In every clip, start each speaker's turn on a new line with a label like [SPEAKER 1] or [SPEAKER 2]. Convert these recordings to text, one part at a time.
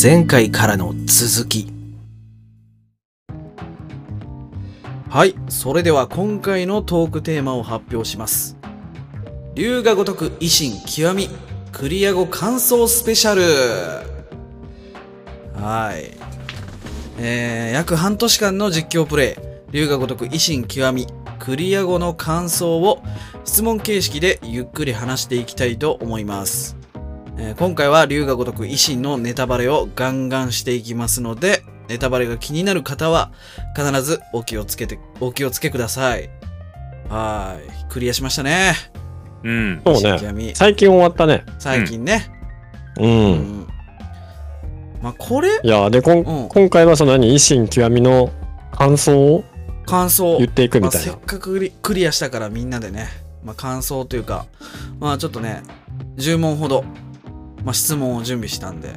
[SPEAKER 1] 前回からの続きはいそれでは今回のトークテーマを発表します龍が如く維新極みクリア後感想スペシャルはいえー、約半年間の実況プレイ龍が如く維新極みクリア後の感想を質問形式でゆっくり話していきたいと思います、えー今回は龍が如く維新のネタバレをガンガンしていきますのでネタバレが気になる方は必ずお気をつけてお気をつけくださいはーいクリアしましたね
[SPEAKER 2] うん。
[SPEAKER 3] そう
[SPEAKER 1] 維新
[SPEAKER 3] ね。
[SPEAKER 1] 極み
[SPEAKER 3] 最近終わったね。
[SPEAKER 1] 最近ね、う
[SPEAKER 3] う
[SPEAKER 1] ん
[SPEAKER 3] ん。
[SPEAKER 1] まあこれ
[SPEAKER 3] いやーで、こん、
[SPEAKER 1] うん
[SPEAKER 3] 今回はその何、維新極みの感想を
[SPEAKER 1] 感想
[SPEAKER 3] 言っていく
[SPEAKER 1] ま
[SPEAKER 3] み
[SPEAKER 1] あ、
[SPEAKER 3] たい
[SPEAKER 1] せ
[SPEAKER 3] な
[SPEAKER 1] っ。かくクリクリアしたからみんなでね、まあ、感想というかまあちょっとね10問ほど、まあ、質問を準備したんで、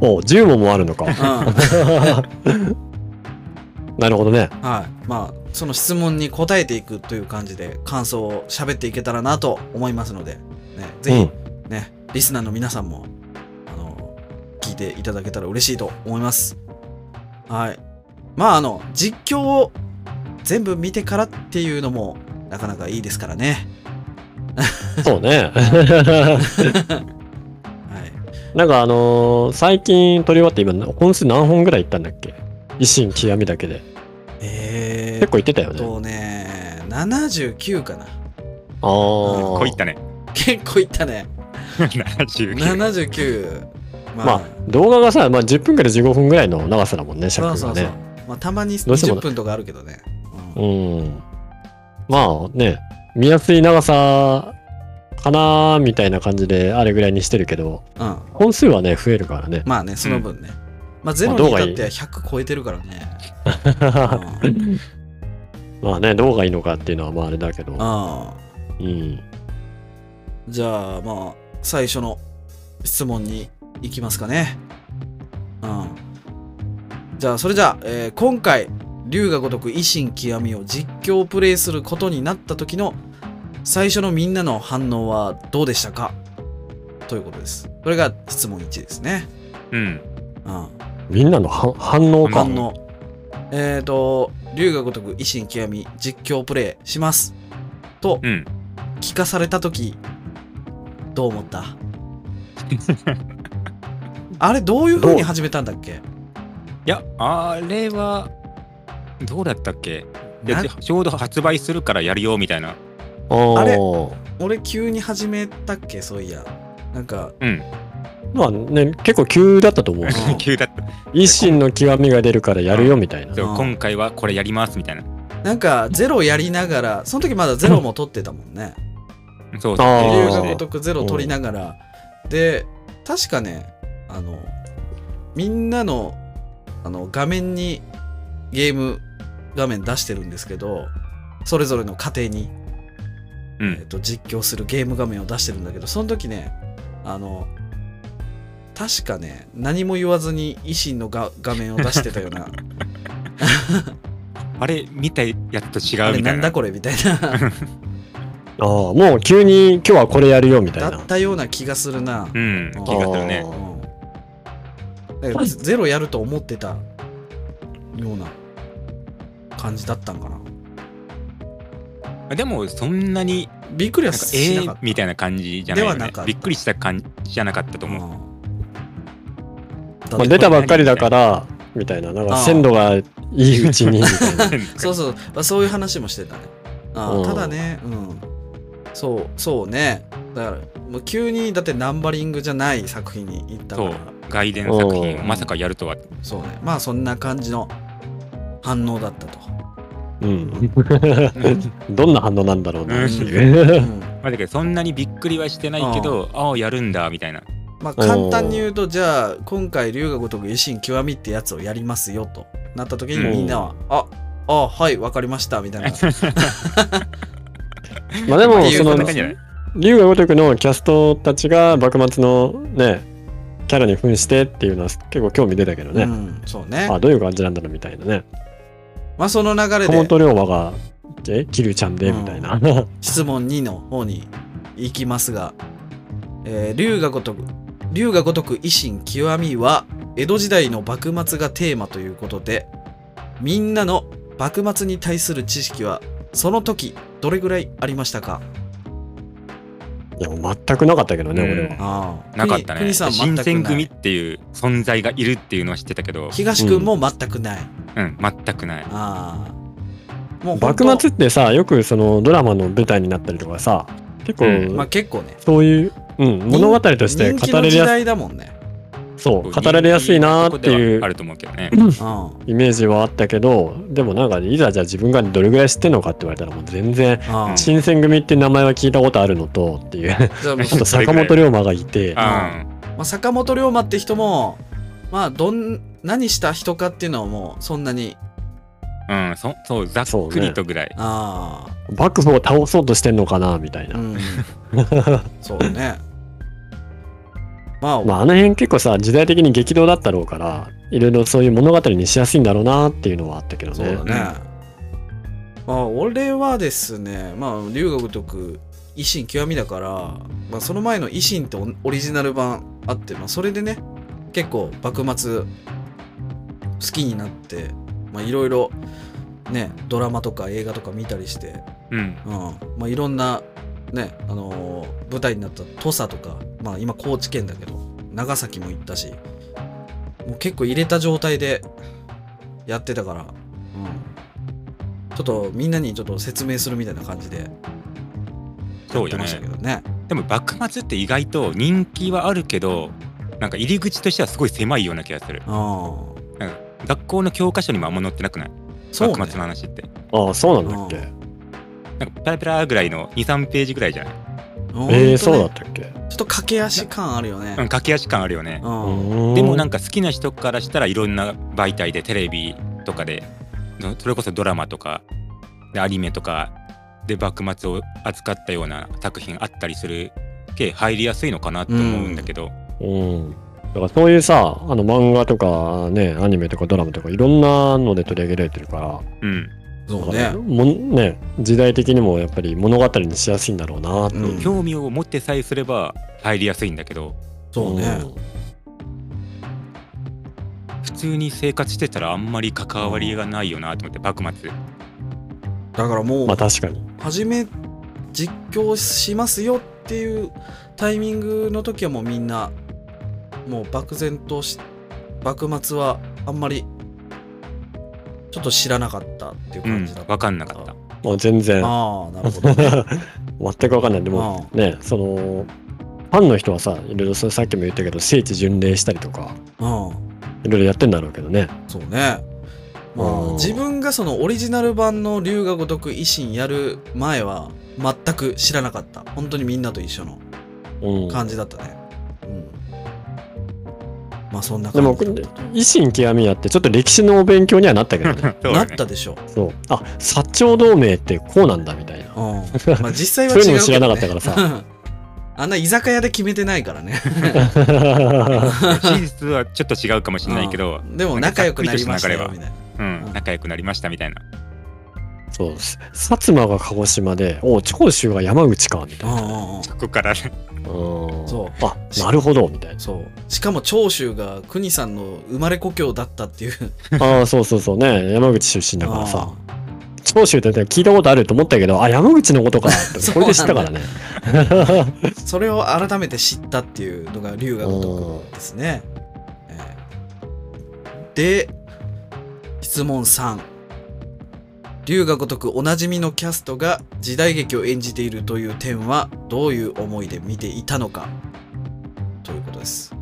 [SPEAKER 3] おう、10問もあるのか。
[SPEAKER 1] うんはい
[SPEAKER 3] なるほどね。
[SPEAKER 1] まあその質問に答えていくという感じで感想を喋っていけたらなと思いますので、ね、
[SPEAKER 3] う
[SPEAKER 1] ぜ
[SPEAKER 3] ん。
[SPEAKER 1] ひね、リスナーの皆さんもあの聞いていただけたら嬉しいと思いますはいまああの実況を全部見てからっていうのもなかなかいいですからね
[SPEAKER 3] そうね。
[SPEAKER 1] はい
[SPEAKER 3] なんかあのー最近撮り終わって今、本数何本ぐらい行ったんだっけ維新極みだけで。
[SPEAKER 1] えー、
[SPEAKER 3] 結構行ってたよ
[SPEAKER 1] えっ
[SPEAKER 3] ね。
[SPEAKER 1] とね、79かな。
[SPEAKER 3] あ
[SPEAKER 1] 構
[SPEAKER 2] こうい
[SPEAKER 3] ー
[SPEAKER 2] っ。たね。
[SPEAKER 1] 結構いったね。
[SPEAKER 2] 79。
[SPEAKER 1] 79。まあ、
[SPEAKER 3] まあ、動画がさ、まあ、10分から15分ぐらいの長さだもんね、尺
[SPEAKER 1] そうそ
[SPEAKER 3] が
[SPEAKER 1] うそう
[SPEAKER 3] ね。。
[SPEAKER 1] まあ、たまに
[SPEAKER 3] どうしても
[SPEAKER 1] 20分とかあるけどね。うん
[SPEAKER 3] うん。まあね、見やすい長さかなーみたいな感じで、あれぐらいにしてるけど、
[SPEAKER 1] うん。
[SPEAKER 3] 本数はね、増えるから ね。
[SPEAKER 1] まあね、その分ね。まあ、ゼロ
[SPEAKER 3] まあ
[SPEAKER 1] に
[SPEAKER 3] どうが
[SPEAKER 1] 至
[SPEAKER 3] いい
[SPEAKER 1] っては100超えてるからね。うん
[SPEAKER 3] まあね、どうがいいのかっていうのはまああれだけど。
[SPEAKER 1] あ
[SPEAKER 3] うん。
[SPEAKER 1] あじゃあ、まあ、最初の質問に行きますかね。うん。じゃあ、それじゃあ、えー今回、龍が如く維新極みを実況プレイすることになった時の最初のみんなの反応はどうでしたかということです。これが質問1ですね。
[SPEAKER 2] うん。
[SPEAKER 1] うん。
[SPEAKER 3] みんなのは反応か。
[SPEAKER 1] 反応。えっ、ー、と、龍が如く維新極み実況プレイします。と
[SPEAKER 2] うん。
[SPEAKER 1] 聞かされた時、どう思った あれ、どういう風に始めたんだっけ
[SPEAKER 2] いや、あれは、どうだったっけいや
[SPEAKER 1] な
[SPEAKER 2] ちょうど発売するからやるよみたいな。
[SPEAKER 3] あ
[SPEAKER 1] あれ
[SPEAKER 3] れ
[SPEAKER 1] 俺、急に始めたっけそういや。なんか、
[SPEAKER 2] うん。
[SPEAKER 3] まあね、結構急だったと思う。
[SPEAKER 1] ん
[SPEAKER 2] 急だった。
[SPEAKER 3] 維新の極みが出るからやるよみたいな。
[SPEAKER 2] そう
[SPEAKER 1] あー
[SPEAKER 2] 今回はこれやりますみたいな。
[SPEAKER 1] なんかゼロやりながらその時まだゼロも取ってたもんね
[SPEAKER 2] そう
[SPEAKER 3] あー
[SPEAKER 1] 龍が
[SPEAKER 2] そう。
[SPEAKER 1] 如くゼロ取りながらで確かねあのみんなのあの画面にゲーム画面出してるんですけどそれぞれの家庭に、
[SPEAKER 2] う
[SPEAKER 1] えっ
[SPEAKER 2] ん。
[SPEAKER 1] と実況するゲーム画面を出してるんだけどその時ねあの確かね何も言わずに維新のが画面を出してたような
[SPEAKER 2] あれ、見たやつと
[SPEAKER 1] あ
[SPEAKER 2] 違う
[SPEAKER 1] れ
[SPEAKER 2] みた
[SPEAKER 1] ないんだ
[SPEAKER 2] な。
[SPEAKER 1] これみたいな
[SPEAKER 3] ああ、もう急に今日はこれやるよみたい
[SPEAKER 1] だ
[SPEAKER 3] な
[SPEAKER 1] っ。たような気がするな、
[SPEAKER 2] うん。気がするね。
[SPEAKER 1] うんだからゼロやると思ってたような感じだったんかな
[SPEAKER 2] でも、そんなに、
[SPEAKER 1] びっくり
[SPEAKER 2] な
[SPEAKER 1] は
[SPEAKER 2] んか、
[SPEAKER 1] し
[SPEAKER 2] え
[SPEAKER 1] なか
[SPEAKER 2] ー
[SPEAKER 1] っ、た
[SPEAKER 2] みたいな感じじゃないよ
[SPEAKER 1] ではな
[SPEAKER 2] ね
[SPEAKER 1] かっ。た
[SPEAKER 2] びっくりした感じじゃなかったと
[SPEAKER 1] うん
[SPEAKER 2] 思う。
[SPEAKER 1] だって
[SPEAKER 3] まあ、出たばっかりだから、みたいな。なんか鮮度がいいうちに、みたい な。
[SPEAKER 1] そうそう、まあ、そういう話もしてたねあ
[SPEAKER 3] う
[SPEAKER 1] ー
[SPEAKER 3] ん
[SPEAKER 1] ただねうんそうそうねだからもう急にだってナンバリングじゃない作品に行ったか
[SPEAKER 2] そう
[SPEAKER 1] ら。
[SPEAKER 2] 外伝作品
[SPEAKER 3] う
[SPEAKER 2] を
[SPEAKER 1] ん
[SPEAKER 2] まさかやるとは。
[SPEAKER 1] そうねまあそんな感じの反応だったと、
[SPEAKER 3] うん。どんな反応なんだろうなって
[SPEAKER 1] う
[SPEAKER 3] いう。
[SPEAKER 1] ん
[SPEAKER 2] まあ、だけどそんなにびっくりはしてないけど、ああ、やるんだみたいな。
[SPEAKER 1] まあ、簡単に言うとじゃあ今回龍が如く維新極みってやつをやりますよとなった時に
[SPEAKER 2] うん
[SPEAKER 1] みんなは「ああはいわかりました」みたいな
[SPEAKER 3] まあで
[SPEAKER 2] っ
[SPEAKER 3] も、
[SPEAKER 2] ていう
[SPEAKER 3] そ
[SPEAKER 2] そ
[SPEAKER 3] の
[SPEAKER 2] んな、感じじゃない
[SPEAKER 3] 龍が如くのキャストたちが幕末のね、キャラに扮してっていうのは結構興味出たけど
[SPEAKER 1] う
[SPEAKER 3] ね。
[SPEAKER 1] んそうね
[SPEAKER 3] あ、どういう感じなんだろうみたいなね。
[SPEAKER 1] まあその流れ
[SPEAKER 3] 岡
[SPEAKER 1] で
[SPEAKER 3] 本龍馬が、え、キルちゃんで、み たいな。
[SPEAKER 1] 質問2の方に行きますが、えー、龍が如く龍が如く維新極みは江戸時代の幕末がテーマということでみんなの幕末に対する知識はその時どれぐらいありましたか
[SPEAKER 3] いや、もう全くなかったけどね、
[SPEAKER 2] うん
[SPEAKER 3] 俺は。
[SPEAKER 1] ああ
[SPEAKER 2] なかった
[SPEAKER 1] く
[SPEAKER 2] ね。
[SPEAKER 1] にさん
[SPEAKER 2] 新
[SPEAKER 1] 全く
[SPEAKER 2] 選
[SPEAKER 1] な
[SPEAKER 2] 組っ
[SPEAKER 1] い
[SPEAKER 2] ていう存在がいるっていうのは知ってたけど、
[SPEAKER 1] 東君も全くない、
[SPEAKER 2] うん、全くない。
[SPEAKER 1] ああもう本当
[SPEAKER 3] 幕末ってさ、よくそのドラマの舞台になったりとかさ、結構、
[SPEAKER 2] うん
[SPEAKER 1] まあ結構ね
[SPEAKER 3] そういう、うん、物語として
[SPEAKER 1] 人気
[SPEAKER 3] 語
[SPEAKER 1] の
[SPEAKER 3] れる
[SPEAKER 1] 時
[SPEAKER 3] や
[SPEAKER 1] 代だもんね
[SPEAKER 3] すそう、語れるやすいなーって
[SPEAKER 2] 人気のとこ
[SPEAKER 3] い
[SPEAKER 2] ではあ
[SPEAKER 3] う
[SPEAKER 2] ると思うけどね。
[SPEAKER 1] うん
[SPEAKER 3] イメージはあったけど、でもなんか、いざじゃあ自分がどれぐらい知ってんのかって言われたら、もう全然、
[SPEAKER 1] ああ
[SPEAKER 2] ち
[SPEAKER 3] 新選組って名前は聞いたことあるのと、っていう、あ
[SPEAKER 1] じゃあもう
[SPEAKER 3] と坂本龍馬がいて、
[SPEAKER 2] あ
[SPEAKER 1] まあ、坂本龍馬って人も、まあ、どん、何した人かっていうのはもう、そんなに、
[SPEAKER 2] うん、うん、そそう、ざっくりとぐらい。
[SPEAKER 1] あ
[SPEAKER 3] 幕府を倒そうとしてんのかな、みたい
[SPEAKER 1] あ、う
[SPEAKER 3] な。
[SPEAKER 1] ん。そうね。まあ、
[SPEAKER 3] まあ、あの辺結構さ、時代的に激動だったろうから、いろいろそういう物語にしやすいんだろうなっていうのはあったけど
[SPEAKER 1] そう
[SPEAKER 3] ね
[SPEAKER 1] だ。ね。まあ、俺はですね、まあ、龍が如く、維新極みだから、まあ、その前の維新ってオオリジナル版あって、まあ、それでね、結構、幕末、好きになって、まあ、いろいろ、ね、ドラマとか映画とか見たりして、
[SPEAKER 2] うん。
[SPEAKER 1] うんまあ、いろんな、ねあのー舞台になった土佐とか、まあ、今高知県だけど長崎も行ったしもう結構入れた状態でやってたから、うん、ちょっとみんなにちょっと説明するみたいな感じでや
[SPEAKER 2] そ
[SPEAKER 1] っ
[SPEAKER 2] う
[SPEAKER 1] て
[SPEAKER 2] よ
[SPEAKER 1] ました
[SPEAKER 2] ね
[SPEAKER 1] け。どね
[SPEAKER 2] でも幕末って意外と人気はあるけどなんか入り口としてはすごい狭いような気がする
[SPEAKER 1] うん
[SPEAKER 2] 学校の教科書にもあんま載ってなくない
[SPEAKER 1] そう
[SPEAKER 2] 幕
[SPEAKER 1] ね
[SPEAKER 2] 末の話って
[SPEAKER 3] ああ、そうなんだっけ。
[SPEAKER 2] なんかペラペラぐらいの23ページぐらいじゃない、
[SPEAKER 1] うん
[SPEAKER 3] ええ、
[SPEAKER 1] ほ
[SPEAKER 3] そ
[SPEAKER 1] ん
[SPEAKER 3] う
[SPEAKER 1] とね
[SPEAKER 3] だったっけ。
[SPEAKER 1] ちょっと駆け足感あるよね
[SPEAKER 2] うん、駆け足感あるよね
[SPEAKER 1] う、ん
[SPEAKER 3] で
[SPEAKER 2] でもなん
[SPEAKER 3] か、
[SPEAKER 2] か好きな人からしたらいろんな媒体でテレビとかでのそれこそドラマとかでアニメとかで幕末を扱ったような作品あったりするけ入りやすいのかなと思うんだけど、
[SPEAKER 3] うん。だからそういうさ、あの漫画とかね、アニメとかドラマとかいろんなので取り上げられてるから、
[SPEAKER 2] うん、
[SPEAKER 1] そうね
[SPEAKER 3] だからもんね、時代的にもやっぱり物語にしやすいんだろうなっていう。
[SPEAKER 1] うん
[SPEAKER 2] 興味を持ってさえすれば入りやすいんだけど
[SPEAKER 1] そうね
[SPEAKER 2] 普通に生活してたらあんまり関わりがないよなと思って幕末
[SPEAKER 1] だからも
[SPEAKER 3] う。
[SPEAKER 1] うん
[SPEAKER 3] まあ確かに。
[SPEAKER 1] 初め実況しますよっていうタイミングの時はもうみんなもう漠然とし幕末はあんまりちょっと知らなかったっていう
[SPEAKER 2] う
[SPEAKER 1] 感
[SPEAKER 2] ん
[SPEAKER 1] じだった、
[SPEAKER 2] 分かんなかった
[SPEAKER 3] もう全然。
[SPEAKER 1] ああなるほどね
[SPEAKER 3] 全くわかんない。でもね、その、ファンの人はさ、いろいろそうさっきも言ったけど、聖地巡礼したりとか、
[SPEAKER 1] うん
[SPEAKER 3] いろいろやってんだろうけどね。
[SPEAKER 1] そうねまあ
[SPEAKER 3] うん
[SPEAKER 1] 自分がそのオリジナル版の龍が如く維新やる前は全く知らなかった本当にみんなと一緒の
[SPEAKER 3] うん。
[SPEAKER 1] 感じだったねうんまあそんな
[SPEAKER 3] で
[SPEAKER 1] 感
[SPEAKER 3] も、
[SPEAKER 1] じだったと
[SPEAKER 3] 維新極みやって、ちょっと歴史のお勉強にはなったけどね。
[SPEAKER 2] そう
[SPEAKER 1] な
[SPEAKER 2] だ
[SPEAKER 1] っ
[SPEAKER 2] ね
[SPEAKER 1] たでしょ
[SPEAKER 3] そう。あ、薩長同盟ってこうなんだみたいな。
[SPEAKER 1] うんまあ実際は
[SPEAKER 3] そういう
[SPEAKER 1] 違
[SPEAKER 3] のも
[SPEAKER 1] う
[SPEAKER 3] 知
[SPEAKER 1] け
[SPEAKER 3] らな
[SPEAKER 1] ど
[SPEAKER 3] かっ
[SPEAKER 1] ね
[SPEAKER 3] たからさ。
[SPEAKER 1] あんな居酒屋で決めてないからね
[SPEAKER 2] 史実はちょっと違うかもしれないけど、
[SPEAKER 1] うんでも仲良くなりました
[SPEAKER 2] ざっ
[SPEAKER 1] よ
[SPEAKER 2] く
[SPEAKER 1] み
[SPEAKER 2] り
[SPEAKER 1] たいな
[SPEAKER 2] うん、仲良くなりましたみたいな
[SPEAKER 3] そうです。薩摩が鹿児島で、お長州が山口か、みたいな。
[SPEAKER 1] うんうんうん
[SPEAKER 2] そこからね
[SPEAKER 3] うん
[SPEAKER 1] そう
[SPEAKER 3] あ、なるほど、みた いな。
[SPEAKER 1] そうしかも長州が国さんの生まれ故郷だったっていう
[SPEAKER 3] ああ、そうそうそうね。山口出身だからさ。
[SPEAKER 1] う
[SPEAKER 3] 長州って聞いたことあると思ったけど、あ、山口のことか。
[SPEAKER 1] そう
[SPEAKER 3] これで知ったからね。
[SPEAKER 1] んそれを改めて知ったっていうのが龍が如くですね、ええで質問3龍が如くおなじみのキャストが時代劇を演じているという点はどういう思いで見ていたのかということです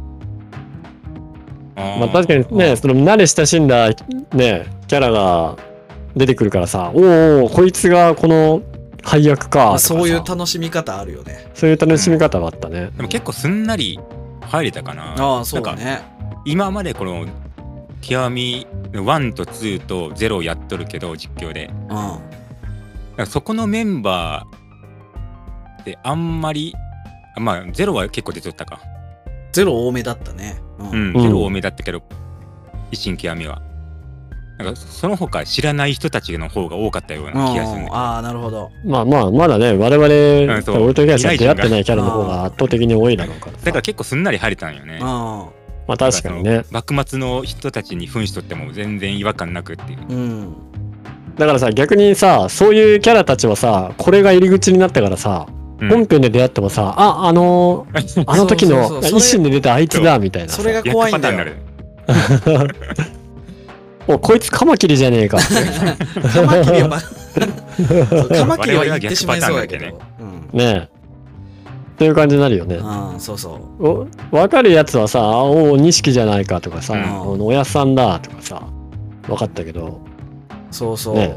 [SPEAKER 3] まあ確かにね、その慣れ親しんだ、ね、キャラが出てくるからさ、おーおー、こいつがこの配役かと
[SPEAKER 1] まあ
[SPEAKER 3] かさ
[SPEAKER 1] そういう楽しみ方あるよね。
[SPEAKER 3] そういう楽しみ方があったね。
[SPEAKER 2] でも結構すんなり入れたかな
[SPEAKER 1] ああ、そう
[SPEAKER 2] なんか
[SPEAKER 1] ね。
[SPEAKER 2] 今までこの極み1と2と0やっとるけど実況で
[SPEAKER 1] うん。あ
[SPEAKER 2] だからそこのメンバーであんまりあまあ0は結構出とったか
[SPEAKER 1] ゼロ多めだったね。うん。
[SPEAKER 2] うん、
[SPEAKER 3] うん
[SPEAKER 2] ゼロ多めだったけど、維新極みは。なんかその他知らない人たちの方が多かったような気がするね。
[SPEAKER 1] ああ、なるほど。
[SPEAKER 3] まあまあ、まだね、我々、
[SPEAKER 2] う
[SPEAKER 3] 俺
[SPEAKER 2] ん
[SPEAKER 3] と
[SPEAKER 2] そう
[SPEAKER 3] 東さん出会ってないキャラの方が圧倒的に多いだろうからさ。
[SPEAKER 2] だから結構すんなり入れたんよね。
[SPEAKER 1] う
[SPEAKER 3] まあ確かにね。
[SPEAKER 2] だからその幕末の人たちに扮しとっても全然違和感なくっていう
[SPEAKER 1] うん。
[SPEAKER 3] だからさ、逆にさ、そういうキャラたちはさ、これが入り口になったからさ、
[SPEAKER 2] うん
[SPEAKER 3] 本編で出会ってもさ、あ、あの ーあの時
[SPEAKER 1] そ
[SPEAKER 3] の
[SPEAKER 1] うそうそう
[SPEAKER 3] 一心で出たあいつだ、みたいなさ。
[SPEAKER 1] それが
[SPEAKER 2] 逆
[SPEAKER 1] 怖いん
[SPEAKER 2] パタ
[SPEAKER 1] だ
[SPEAKER 2] ーンにな
[SPEAKER 1] よ。
[SPEAKER 2] る
[SPEAKER 3] お、こいつカマキリじゃ ねえか。
[SPEAKER 1] カマキリは、そうカマキリは言ってしまいそうやけ
[SPEAKER 2] 我
[SPEAKER 1] ど。うん
[SPEAKER 3] ねえ。っていう感じになるよね。
[SPEAKER 1] うん、そうそう。
[SPEAKER 3] お分かるやつはさ「あおお錦じゃないか」とかさ
[SPEAKER 2] うん
[SPEAKER 3] 「おおやっさんだ」とかさ分かったけど
[SPEAKER 1] そうそう。
[SPEAKER 3] ね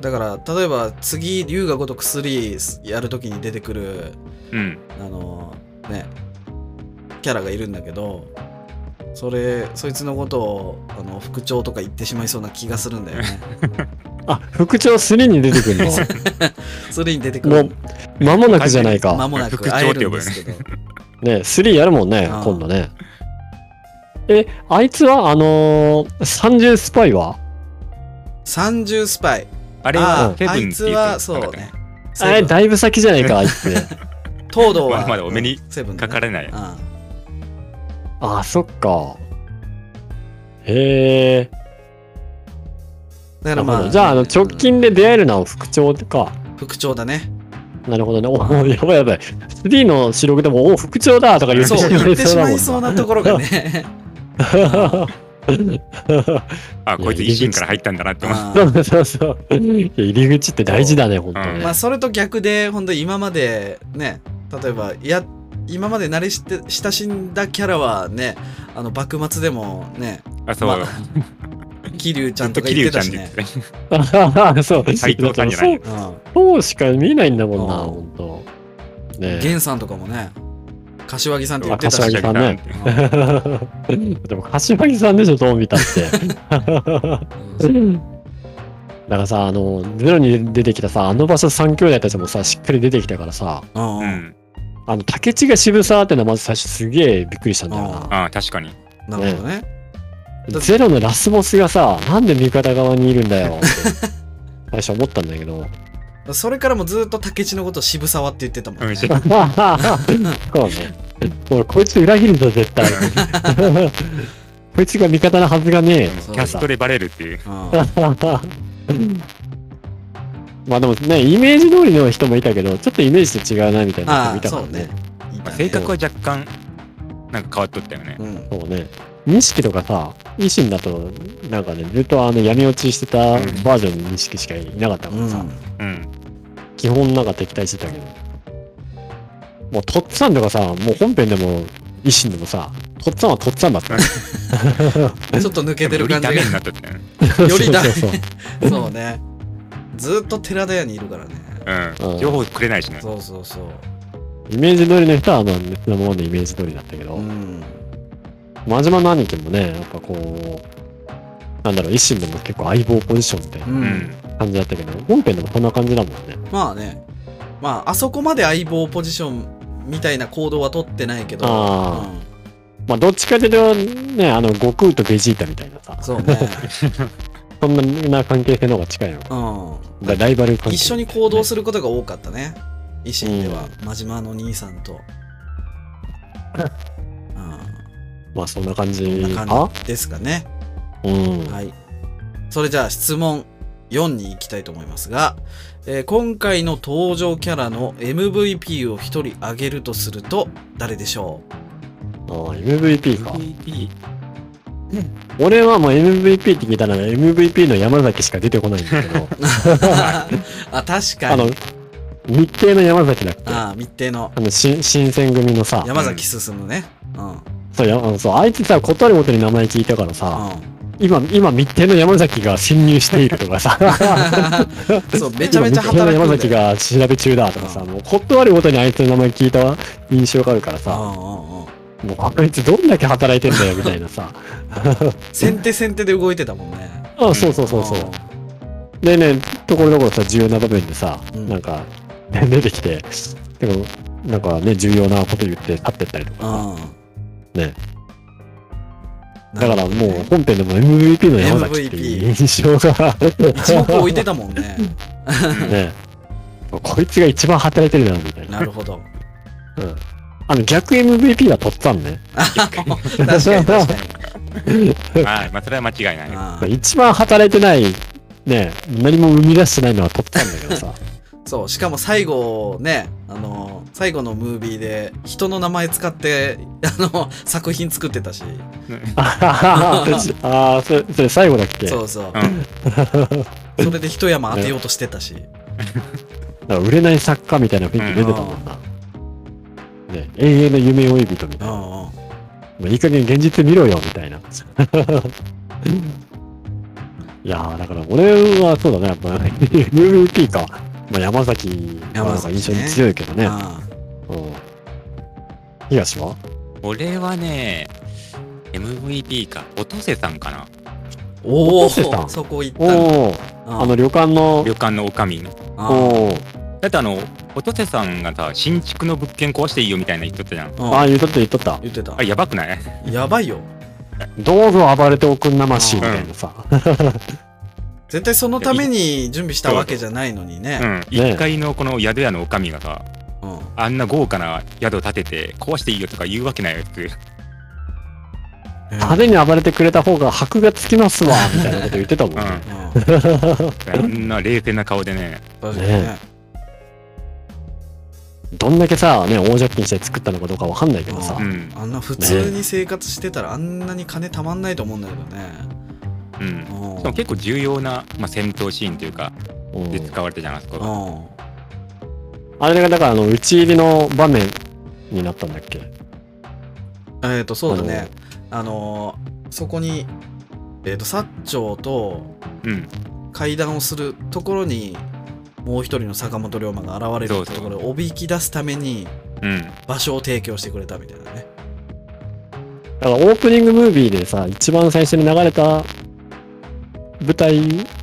[SPEAKER 1] だから、例えば次、龍が如く3やるときに出てくる、
[SPEAKER 2] うん
[SPEAKER 1] あの、ね、キャラがいるんだけど、それ、そいつのことを、あの、副長とか言ってしまいそうな気がするんだよ ね。
[SPEAKER 3] あ副長3に出て くるの
[SPEAKER 1] それに出てく
[SPEAKER 3] も
[SPEAKER 1] る
[SPEAKER 3] う。間もなくじゃない
[SPEAKER 1] 間
[SPEAKER 3] か
[SPEAKER 1] もなく
[SPEAKER 2] 副
[SPEAKER 1] 会
[SPEAKER 2] 長
[SPEAKER 1] え
[SPEAKER 2] って
[SPEAKER 1] る
[SPEAKER 2] 呼
[SPEAKER 1] ん
[SPEAKER 2] ぶ
[SPEAKER 1] で
[SPEAKER 2] よね
[SPEAKER 1] すけど。
[SPEAKER 3] ね3やるもんね
[SPEAKER 1] あー
[SPEAKER 3] 今度ねえあいつはあのー、30スパイは
[SPEAKER 1] 30スパイ。
[SPEAKER 2] あれ
[SPEAKER 1] あ
[SPEAKER 2] は
[SPEAKER 1] あ
[SPEAKER 2] セブ
[SPEAKER 1] あ
[SPEAKER 2] ンって
[SPEAKER 1] い
[SPEAKER 2] 言
[SPEAKER 1] つは、そ
[SPEAKER 2] なか
[SPEAKER 1] う
[SPEAKER 2] った
[SPEAKER 1] ね。
[SPEAKER 3] あれだいぶ先じゃないかあいつ ね
[SPEAKER 1] 東堂
[SPEAKER 2] ま
[SPEAKER 1] は
[SPEAKER 2] あまだお目に
[SPEAKER 1] セブンだ
[SPEAKER 2] か
[SPEAKER 1] ね
[SPEAKER 2] からない
[SPEAKER 1] うん
[SPEAKER 3] あそっかへえ
[SPEAKER 1] だか
[SPEAKER 3] なる
[SPEAKER 1] らま
[SPEAKER 3] ほ
[SPEAKER 1] あ
[SPEAKER 3] どじゃああの直近で出会えるのは副長か
[SPEAKER 1] 副長だね
[SPEAKER 3] なるほどね。おお、やばいやばい。3の主力でも、お副長だとか言って
[SPEAKER 1] そう
[SPEAKER 3] し
[SPEAKER 1] 言
[SPEAKER 3] ま
[SPEAKER 1] っ
[SPEAKER 3] い
[SPEAKER 1] て
[SPEAKER 3] そう
[SPEAKER 1] し
[SPEAKER 3] だ
[SPEAKER 1] ま
[SPEAKER 3] も
[SPEAKER 1] いそうん
[SPEAKER 3] な。
[SPEAKER 1] なところ がね
[SPEAKER 2] あこいつ維新から入ったんだなって思って
[SPEAKER 1] う ん
[SPEAKER 3] そうそうそう。いや入り口って大事だね、本当
[SPEAKER 2] うん
[SPEAKER 3] ね
[SPEAKER 1] まあ。それと逆で本当今までね例えばいや今まで慣れして親しんだキャラはねあの幕末でもね
[SPEAKER 2] あそう、
[SPEAKER 1] まあ桐生ちゃんとか言
[SPEAKER 2] 桐
[SPEAKER 1] っ
[SPEAKER 2] 生
[SPEAKER 1] て
[SPEAKER 2] ちゃ
[SPEAKER 1] た
[SPEAKER 2] んっ
[SPEAKER 1] して
[SPEAKER 2] 言っ
[SPEAKER 1] ね
[SPEAKER 2] てたね
[SPEAKER 3] そう。
[SPEAKER 2] 斉藤さんじゃない
[SPEAKER 3] そうそうしか見えないんだもんな、
[SPEAKER 1] うん
[SPEAKER 3] 本当
[SPEAKER 1] うん
[SPEAKER 3] ねえ
[SPEAKER 1] 源さんとかもね柏木さんって言ってた
[SPEAKER 3] 柏
[SPEAKER 1] し
[SPEAKER 3] 木さんね
[SPEAKER 1] うん
[SPEAKER 3] でも、柏木さんでしょ、どう見たって。だからさ、あの、ゼロに出てきたさ、あの場所3兄弟たちもさ、しっかり出てきたからさ、
[SPEAKER 1] うん
[SPEAKER 2] う
[SPEAKER 1] うん
[SPEAKER 2] ん
[SPEAKER 3] あの、竹地が渋沢ってのはまず最初すげえびっくりしたんだよな。
[SPEAKER 2] あ確かに
[SPEAKER 1] なるほどねだって
[SPEAKER 3] ゼロのラスボスがさ、なんで味方側にいるんだよって。 最初思ったんだけど。
[SPEAKER 1] それからもずっと竹地のこと渋沢って言ってたもん
[SPEAKER 2] う
[SPEAKER 1] ね
[SPEAKER 2] んし
[SPEAKER 3] そうね。俺、こいつ裏切るぞ、絶対。 こいつが味方のはずがね
[SPEAKER 2] キャストでバレるっていう
[SPEAKER 1] うん
[SPEAKER 3] え。まあでもね、イメージ通りの人もいたけど、ちょっとイメージと違うなみたいな人もいたからね。
[SPEAKER 1] いいね
[SPEAKER 2] まあ性格は若干なんか変わっとったよね
[SPEAKER 1] うん
[SPEAKER 3] そうね。錦とかさ、維新だと、なんかね、ずっとあの闇落ちしてたバージョンの錦しかいなかったか
[SPEAKER 1] う
[SPEAKER 3] ら
[SPEAKER 1] ん
[SPEAKER 3] さ。
[SPEAKER 2] うん
[SPEAKER 3] 基本なんか敵対してたけど。もう、とっつぁんとかさ、もう本編でも、維新でもさ、とっつぁんはとっつぁんだった。
[SPEAKER 1] ちょっと抜けて
[SPEAKER 2] よ
[SPEAKER 1] る
[SPEAKER 2] り
[SPEAKER 1] 感じ
[SPEAKER 2] ダ
[SPEAKER 1] が
[SPEAKER 2] メになっとったよ ね
[SPEAKER 1] よりだ
[SPEAKER 3] そうそうそう
[SPEAKER 1] そうねずっと寺田屋にいるからね
[SPEAKER 2] う
[SPEAKER 3] うん
[SPEAKER 2] ん情報くれないしね
[SPEAKER 1] そうそうそう
[SPEAKER 3] イメージ通りの人は、まあ、そのままのイメージ通りだったけど、
[SPEAKER 1] うん、
[SPEAKER 3] 真島の兄貴もね、やっぱこう、なんだろう、維新でも結構相棒ポジションみたいうなん
[SPEAKER 2] うん
[SPEAKER 3] 感じだったけど、本編でもこんな感じだもんね。
[SPEAKER 1] まあねまああそこまで相棒ポジションみたいな行動は取ってないけど
[SPEAKER 3] あまあ、どっちかというと、ね、あの、悟空とベジータみたいなさ
[SPEAKER 1] うん、そうね、
[SPEAKER 3] そんな関係性の方が近いのか。
[SPEAKER 1] う
[SPEAKER 3] ライバル関
[SPEAKER 1] ん、
[SPEAKER 3] 係。
[SPEAKER 1] 一緒に行動することが多かったね維新では、真島の兄さん と、う
[SPEAKER 3] まあ、そんな感じ
[SPEAKER 1] ん、こんな
[SPEAKER 3] か
[SPEAKER 1] 感じですかね
[SPEAKER 3] うん。
[SPEAKER 1] はい。それじゃあ質問4に行きたいと思いますが、えー今回の登場キャラの MVP を1人挙げるとすると誰でしょ
[SPEAKER 3] ああ MVP か。
[SPEAKER 2] MVP
[SPEAKER 3] 俺はもう MVP って聞いたらね MVP の山崎しか出てこないんだけ ど、
[SPEAKER 1] うあ、確
[SPEAKER 3] あ
[SPEAKER 1] か
[SPEAKER 3] の
[SPEAKER 1] に。、
[SPEAKER 3] 日程の山崎だっけあ
[SPEAKER 1] ああ、密偵の
[SPEAKER 3] の、し新選組のさ、
[SPEAKER 1] 山崎進ね。うん。うん。
[SPEAKER 3] そう、やあのそうあいつさ、断るごとに名前聞いたからさ、今、今、日程の山崎が侵入していると かさ、
[SPEAKER 1] そう、めちゃめちゃ働
[SPEAKER 3] 今日程
[SPEAKER 1] く
[SPEAKER 3] の
[SPEAKER 1] ん
[SPEAKER 3] 山崎
[SPEAKER 1] だよ。
[SPEAKER 3] が調べ中だとかさ、もう断るごとにあいつの名前聞いた印象があるから
[SPEAKER 1] う
[SPEAKER 3] さ、
[SPEAKER 1] んうんうん。
[SPEAKER 3] もうあいつどんだけ働いてんだよみたいなさ、
[SPEAKER 1] 先手先手で動いてたもんね。
[SPEAKER 3] あそうそうそうそう。でね、ところどころさ、重要な場面でさ、
[SPEAKER 1] うん
[SPEAKER 3] なんか、ね出てきて、でも、なんかね、重要なこと言って立ってったりとか
[SPEAKER 1] う
[SPEAKER 3] さ、
[SPEAKER 1] ん。うん。
[SPEAKER 3] ね
[SPEAKER 1] な
[SPEAKER 3] だ
[SPEAKER 1] るほどね。
[SPEAKER 3] からもう本編でも MVP の山崎っていう印象が、
[SPEAKER 1] 一目 置いてたもんね。
[SPEAKER 3] ね、こいつが一番働いてるな、みたいな。
[SPEAKER 1] なるほど。
[SPEAKER 3] うんあの、逆 MVP はとっつぁんね。
[SPEAKER 1] 確かに確かに。
[SPEAKER 2] はい、 まあ、それは間違いない。
[SPEAKER 1] あー
[SPEAKER 3] 一番働いてない、ね、何も生み出してないのはとっつぁんだけどさ。
[SPEAKER 1] そう、しかも最後ね、あの、最後のムービーで人の名前使って、あの、作品作ってたし、
[SPEAKER 3] ああ、それ、それ最後だっけ
[SPEAKER 1] そうそう。
[SPEAKER 2] う ん、
[SPEAKER 1] それで一山当てようとしてたし、
[SPEAKER 3] なんか売れない作家みたいな雰囲気出てたもんな。ね、永遠の夢追い人みた
[SPEAKER 1] う
[SPEAKER 3] いな。も
[SPEAKER 1] んうん。
[SPEAKER 3] ういい加減現実見ろよみたいな。いやー、だから俺はそうだね、やっぱ MVP か。まあ、山崎はなんか印象に強いけどね。
[SPEAKER 1] あ
[SPEAKER 3] うん、東は
[SPEAKER 2] 俺はね、MVP か、音瀬さんかな。
[SPEAKER 1] ーおお
[SPEAKER 3] 落としてた
[SPEAKER 1] そこ行った
[SPEAKER 3] お
[SPEAKER 1] の
[SPEAKER 3] おー、あの旅館の
[SPEAKER 2] 旅、館の女将。
[SPEAKER 1] あー
[SPEAKER 3] おおー、
[SPEAKER 2] だってあの、音瀬さんがさ、新築の物件壊していいよみたいな言っとったじゃん。
[SPEAKER 1] うん
[SPEAKER 3] ああ、言うとった言うとった。
[SPEAKER 1] 言ってた
[SPEAKER 2] あ、。やばくない
[SPEAKER 1] やばいよ。
[SPEAKER 3] どうぞ暴れておくんなまし、みたいなさ。
[SPEAKER 1] 絶対そのために準備したわけじゃないのに
[SPEAKER 2] う
[SPEAKER 1] ね。
[SPEAKER 2] ん。1階のこの宿屋の女将がさ、
[SPEAKER 1] うん。
[SPEAKER 2] あんな豪華な宿を建てて壊していいよとか言うわけないよって。
[SPEAKER 1] えー
[SPEAKER 3] 派手に暴れてくれた方が箔がつきますわ、みたいなこと言ってたもん
[SPEAKER 2] う
[SPEAKER 3] ね。
[SPEAKER 2] ん。
[SPEAKER 1] うん
[SPEAKER 2] あんな冷静な顔でね。
[SPEAKER 1] 確かにね
[SPEAKER 3] ね。どんだけさ、ね、大借金して作ったのかどうかわかんないけどさ
[SPEAKER 2] う、ん。
[SPEAKER 1] あんな普通に生活してたらあんなに金たまんないと思うんだけどね。
[SPEAKER 2] うん。
[SPEAKER 1] うん
[SPEAKER 2] しかも結構重要な、まあ、戦闘シーンというか、
[SPEAKER 3] うん
[SPEAKER 2] で使われたじゃん、あそこ
[SPEAKER 1] う
[SPEAKER 2] が。
[SPEAKER 1] ん。
[SPEAKER 3] あれがだからあの打ち入りの場面になったんだっけ
[SPEAKER 1] えっ、と、そうだね。あのーそこに、えっ、と、薩長と
[SPEAKER 2] うん。
[SPEAKER 1] 会談をするところに、もう一人の坂本龍馬が現れるってところをおびき出すために
[SPEAKER 2] うん。
[SPEAKER 1] 場所を提供してくれたみたいなね。
[SPEAKER 3] だからオープニングムービーでさ、一番最初に流れた舞台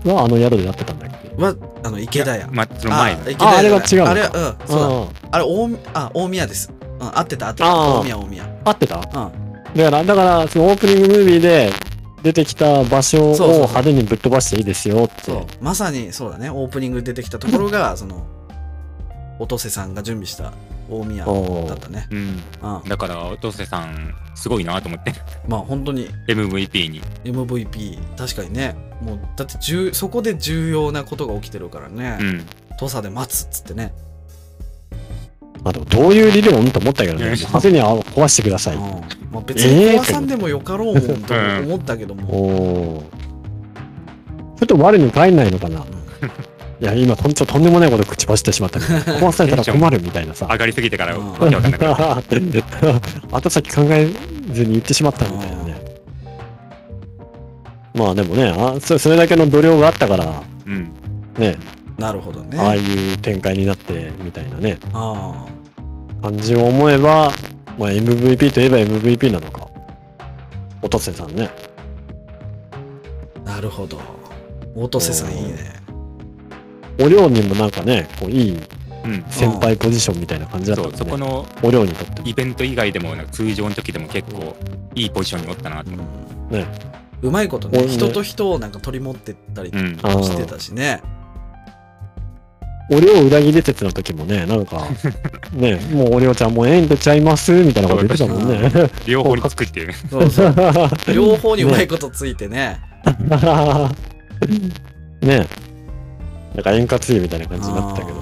[SPEAKER 3] はあの宿でなってたんだっけ
[SPEAKER 1] は、あの、池田
[SPEAKER 2] いや
[SPEAKER 1] 屋。
[SPEAKER 2] まあ、その前の
[SPEAKER 1] あ。池田
[SPEAKER 3] あ
[SPEAKER 1] 屋
[SPEAKER 3] あれは違うのか
[SPEAKER 1] あれは、うん、そうだ。
[SPEAKER 3] あ
[SPEAKER 1] あれ、大み、あ、大宮です。うん、合ってた、合って
[SPEAKER 3] あ
[SPEAKER 1] た。
[SPEAKER 3] ー
[SPEAKER 1] 大宮、大宮。
[SPEAKER 3] あ、合ってただ
[SPEAKER 1] うん。
[SPEAKER 3] から、だからそのオープニングムービーで出てきた場所を
[SPEAKER 1] そうそうそう
[SPEAKER 3] 派手にぶっ飛ばしていいですよって。
[SPEAKER 1] そう、まさにそうだね、オープニングで出てきたところが、その、音瀬さんが準備した大宮だ
[SPEAKER 3] おー
[SPEAKER 1] ったね。
[SPEAKER 2] うん。
[SPEAKER 1] うん、ま
[SPEAKER 2] だから、音瀬さん、すごいなと思 って。
[SPEAKER 1] あ本当に
[SPEAKER 2] MVP に。
[SPEAKER 1] MVP、確かにね、もうだって重そこで重要なことが起きてるから
[SPEAKER 2] う
[SPEAKER 1] ね、
[SPEAKER 2] ん。
[SPEAKER 1] 土佐で待つっつってね、
[SPEAKER 3] あ、でもどういう理論と思ったけどね。
[SPEAKER 2] うん
[SPEAKER 3] 派手にあ壊してください。
[SPEAKER 1] うんまあ、別
[SPEAKER 3] え
[SPEAKER 1] に
[SPEAKER 3] ー
[SPEAKER 1] 壊さんでもよかろうもんと思ったけど
[SPEAKER 3] お
[SPEAKER 1] も、
[SPEAKER 3] お。ちょっと我に返んないのかな
[SPEAKER 1] う
[SPEAKER 3] いや、今、とんちょとんでもないこと口走ってしまったけど、壊されたら困るみたいなさ。
[SPEAKER 2] 上がりすぎてから、
[SPEAKER 1] うん
[SPEAKER 2] わけわかんなくなる。
[SPEAKER 3] 後先考えずに言ってしまったみたいなね。まあでもねあそ、それだけの度量があったから、
[SPEAKER 2] うん。
[SPEAKER 3] ね、
[SPEAKER 1] んなるほどね。
[SPEAKER 3] ああいう展開になってみたいなね、
[SPEAKER 1] あ
[SPEAKER 3] 感じを思えば、まあ、MVP といえば MVP なのか。音瀬さんね。
[SPEAKER 1] あなるほど。音瀬さんいいね。
[SPEAKER 3] お寮にもなんかね、こういい
[SPEAKER 2] うん。
[SPEAKER 3] 先輩ポジションみたいな感じだった
[SPEAKER 2] そ
[SPEAKER 3] もん
[SPEAKER 2] う、
[SPEAKER 3] ね。
[SPEAKER 2] そこの
[SPEAKER 3] お寮にとっても。
[SPEAKER 2] イベント以外でも、なんか通常の時でも結構、いいポジションにおったなと思って。
[SPEAKER 1] うん
[SPEAKER 3] ね
[SPEAKER 1] うまいことね、
[SPEAKER 3] 俺ね
[SPEAKER 1] 人と人をなんか取り持ってったり
[SPEAKER 2] うん。
[SPEAKER 3] あー
[SPEAKER 1] してたしね。
[SPEAKER 3] 俺を裏切り説の時もね、なんか、ね、もう俺をちゃんもうええんとちゃいますみたいなこと言ってたもんね。
[SPEAKER 2] 両方に作ってる。
[SPEAKER 1] そうそう 両方にうまいことついてね。
[SPEAKER 3] ねなんか円滑油みたいな感じになってたけど。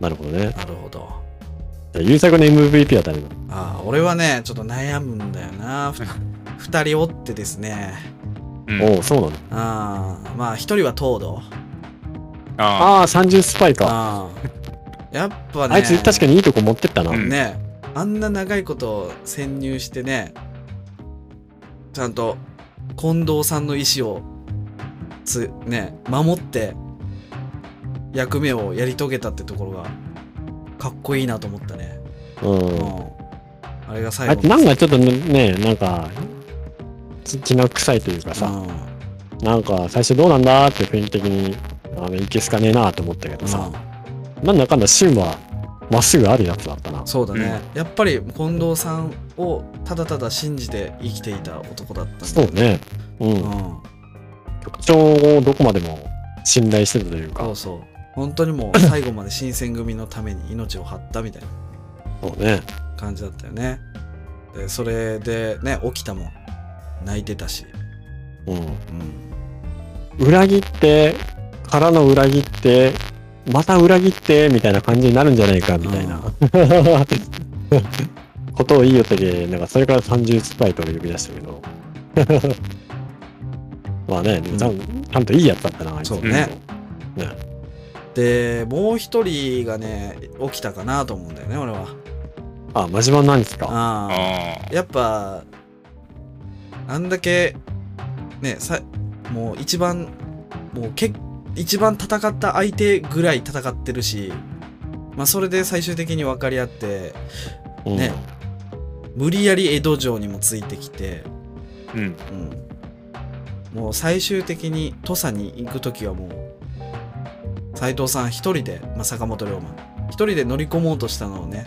[SPEAKER 3] なるほどね。
[SPEAKER 1] あーなるほど。
[SPEAKER 3] じゃあ優作の MVP は誰だ
[SPEAKER 1] ああ、俺はね、ちょっと悩むんだよな。ふ二人おってですね。
[SPEAKER 2] うん
[SPEAKER 3] おおう、そうなの。
[SPEAKER 1] ああ、まあ一人は東堂。
[SPEAKER 2] あ
[SPEAKER 3] ああ、30スパイか。
[SPEAKER 1] ああ。やっぱね。
[SPEAKER 3] あいつ確かにいいとこ持ってったな。
[SPEAKER 2] うん
[SPEAKER 1] ね、あんな長いこと潜入してね、ちゃんと近藤さんの意思をつ、ね、守って役目をやり遂げたってところがかっこいいなと思ったね。
[SPEAKER 3] う
[SPEAKER 1] う
[SPEAKER 3] ん。
[SPEAKER 1] ん、あれが最
[SPEAKER 3] あい
[SPEAKER 1] 後
[SPEAKER 3] つなんかちょっとね、なんか、き気の臭いというかさ、
[SPEAKER 1] うん
[SPEAKER 3] なんか最初どうなんだって雰囲気的に、あの、いけすかねえなと思ったけどさ、なんだかんだ芯はまっすぐあるやつだったな。
[SPEAKER 1] そうだね、やっぱり近藤さんをただただ信じて生きていた男だったんだ
[SPEAKER 3] そうね。う。
[SPEAKER 1] うんん、
[SPEAKER 3] 局長をどこまでも信頼してたという
[SPEAKER 1] そ
[SPEAKER 3] か
[SPEAKER 1] う、そう本当にもう最後まで新選組のために命を張ったみたいな
[SPEAKER 3] そうね。
[SPEAKER 1] 感じだったよね。でそれでね、起きたもん。泣いてたし。
[SPEAKER 3] う
[SPEAKER 1] うん。
[SPEAKER 3] ん。裏切って、からの裏切って、また裏切って、みたいな感じになるんじゃないか、みたいな。 ことを言いよったけ、なんかそれから30スパイと呼び出したけど。 まあね、でもちゃんちゃんといいやつだったな、あいつ
[SPEAKER 1] そうね。
[SPEAKER 3] ね
[SPEAKER 1] で、もう一人がね、起きたかなと思うんだよね、俺は。
[SPEAKER 3] あ、真島なんですか
[SPEAKER 1] ああ。
[SPEAKER 2] ああ
[SPEAKER 1] やっぱあんだけねさもう一番もうけ一番戦った相手ぐらい戦ってるし、まあ、それで最終的に分かり合って
[SPEAKER 3] うん
[SPEAKER 1] ね無理やり江戸城にもついてきて、
[SPEAKER 2] うん
[SPEAKER 1] うん、もう最終的に土佐に行く時はもう斎藤さん一人で、まあ、坂本龍馬一人で乗り込もうとしたのをね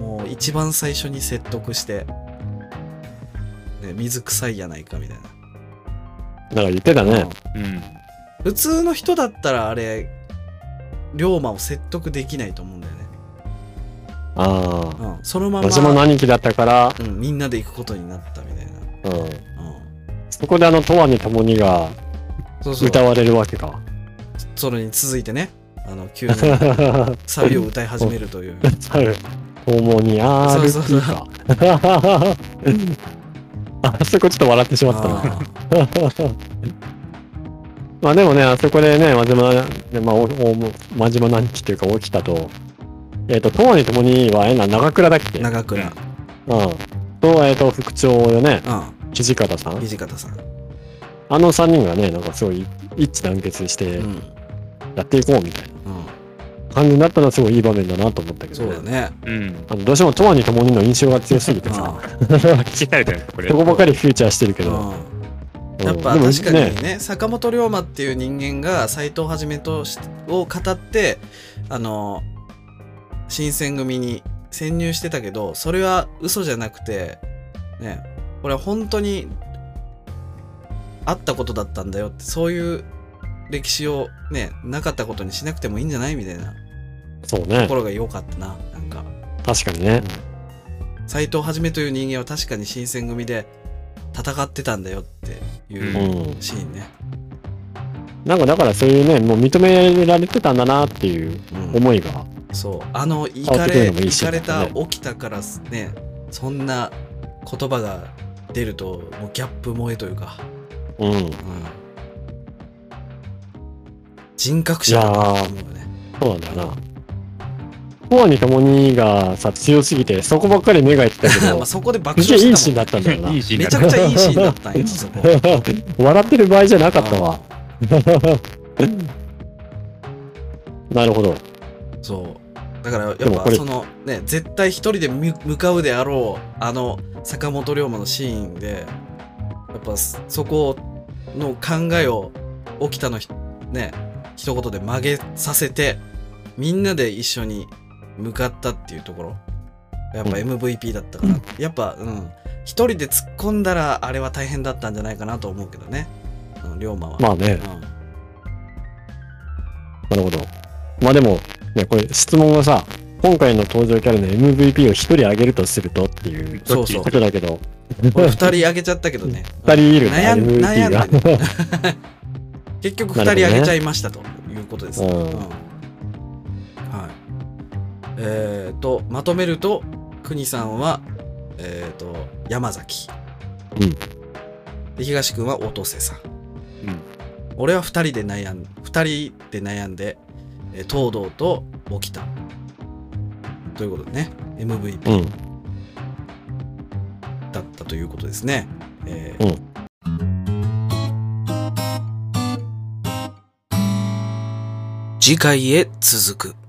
[SPEAKER 1] もう一番最初に説得して、ね、水臭いやないかみたいな
[SPEAKER 3] なんか言ってたね。
[SPEAKER 2] うん
[SPEAKER 1] 普通の人だったらあれ龍馬を説得できないと思うんだよね、
[SPEAKER 3] ああ。
[SPEAKER 1] うん、そのまま
[SPEAKER 3] 真、島の兄貴だったから、
[SPEAKER 1] うん、みんなで行くことになったみたいな、
[SPEAKER 3] うん。
[SPEAKER 1] うん、
[SPEAKER 3] そこであの、とわにともにが
[SPEAKER 1] そうそう
[SPEAKER 3] 歌われるわけ か。
[SPEAKER 1] それに続いてねあの 急に
[SPEAKER 3] 猿、
[SPEAKER 1] サビを歌い始めるという
[SPEAKER 3] ともに
[SPEAKER 1] そうそう
[SPEAKER 3] RP
[SPEAKER 1] そ
[SPEAKER 3] か。 あそこちょっと笑ってしまったな。
[SPEAKER 1] あ
[SPEAKER 3] まあでもね、あそこでね、真島な、でまあ、おお真島何期っていうか起きたと、えっ、と、とわにともには、えな、長倉だっけ
[SPEAKER 1] ー
[SPEAKER 3] うん。
[SPEAKER 1] 長倉
[SPEAKER 3] と、えっ、と、副長よね、
[SPEAKER 1] う
[SPEAKER 3] 土方さ
[SPEAKER 1] ん
[SPEAKER 3] ん。
[SPEAKER 1] 土方さん、
[SPEAKER 3] あの3人がね、なんかすごい一致団結して
[SPEAKER 1] うんうん、
[SPEAKER 3] やっていこうみたいな感じになったのはすごいいい場面だなと思ったけ
[SPEAKER 1] そ
[SPEAKER 3] ど
[SPEAKER 1] う
[SPEAKER 3] ね。
[SPEAKER 1] だね
[SPEAKER 2] うん
[SPEAKER 3] あのどうしてもとわにともにの印象が強すぎてさ、
[SPEAKER 2] 聞きたいだよねこれ
[SPEAKER 3] そこばかりフューチャーしてるけ
[SPEAKER 1] う
[SPEAKER 3] ど、
[SPEAKER 1] ん
[SPEAKER 3] うん
[SPEAKER 1] やっぱ
[SPEAKER 3] でも
[SPEAKER 1] 確かにね坂本龍馬っていう人間が斎藤はじめとしを語ってあの新選組に潜入してたけどそれは嘘じゃなくてねこれは本当にあったことだったんだよってそういう歴史をねなかったことにしなくてもいいんじゃないみたいな
[SPEAKER 3] そう
[SPEAKER 1] と
[SPEAKER 3] ね
[SPEAKER 1] こ、ろが良かったななんか
[SPEAKER 3] 確かにね、。
[SPEAKER 1] 斎藤はじめという人間は確かに新選組で戦ってたんだよっていううんシーンね、
[SPEAKER 3] なんかだからそういうね、もう認められてたんだなっていう
[SPEAKER 1] うん
[SPEAKER 3] 思いが、
[SPEAKER 1] そうあのイ
[SPEAKER 3] あ
[SPEAKER 1] カ
[SPEAKER 3] 出てる
[SPEAKER 1] れ
[SPEAKER 3] のもい
[SPEAKER 1] イ
[SPEAKER 3] いシー
[SPEAKER 1] カ
[SPEAKER 3] ンだ
[SPEAKER 1] れ
[SPEAKER 3] った
[SPEAKER 1] た
[SPEAKER 3] ね
[SPEAKER 1] 起きたからすねそんな言葉が出るともうギャップ萌えというか、
[SPEAKER 3] うん、
[SPEAKER 1] うん、人格者だなと思うよね
[SPEAKER 3] そうなんだよな。とわにともにがさ、強すぎて、そこばっかり目がいってたけ
[SPEAKER 1] まあ
[SPEAKER 3] ど、す
[SPEAKER 1] そこで爆
[SPEAKER 3] げ
[SPEAKER 1] 笑
[SPEAKER 3] えいい
[SPEAKER 1] し
[SPEAKER 3] シー
[SPEAKER 1] て
[SPEAKER 3] ン
[SPEAKER 1] た
[SPEAKER 3] だったんだよな。
[SPEAKER 2] いいシー
[SPEAKER 1] も
[SPEAKER 2] ン
[SPEAKER 1] んめち
[SPEAKER 2] だ
[SPEAKER 1] ゃ
[SPEAKER 2] ね
[SPEAKER 1] くちゃいいシーンだったんよそこ
[SPEAKER 3] 笑ってる場合じゃなかったわ。 なるほど。
[SPEAKER 1] そうだからやっ
[SPEAKER 3] でもこ
[SPEAKER 1] ぱ
[SPEAKER 3] れ
[SPEAKER 1] そのね絶対一人で向向かうであろうあの坂本龍馬のシーンでやっぱそそこの考えを起きたのひね一言で曲げさせてみんなで一緒に向かったっていうところやっぱ
[SPEAKER 3] う
[SPEAKER 1] MVP だったから、やっぱうん一人で突っ込んだらあれは大変だったんじゃないかなと思うけどねうん龍馬は、
[SPEAKER 3] まあね、
[SPEAKER 1] うん
[SPEAKER 3] なるほど。まあでも、ね、これ質問がさ、今回の登場キャラの MVP を一人あげるとするとっていう
[SPEAKER 1] そうそう
[SPEAKER 3] ことだけど、
[SPEAKER 1] 俺二人あげちゃったけどね
[SPEAKER 3] 二人いる
[SPEAKER 1] 悩
[SPEAKER 3] ね、
[SPEAKER 1] ん悩
[SPEAKER 3] MVP が
[SPEAKER 1] ん。でね結局2人あげちゃいましたということです、
[SPEAKER 3] なるほ
[SPEAKER 1] うん
[SPEAKER 3] どね
[SPEAKER 1] はいえー、とまとめると国さんは、えー、と山崎、
[SPEAKER 3] うん
[SPEAKER 1] で東君は音瀬さん、
[SPEAKER 2] うん
[SPEAKER 1] 俺は2人で悩ん2人で悩んで、えー東堂と沖田ということでね MVP
[SPEAKER 3] うん。
[SPEAKER 1] だったということですね。え
[SPEAKER 3] う
[SPEAKER 1] 次回へ続く。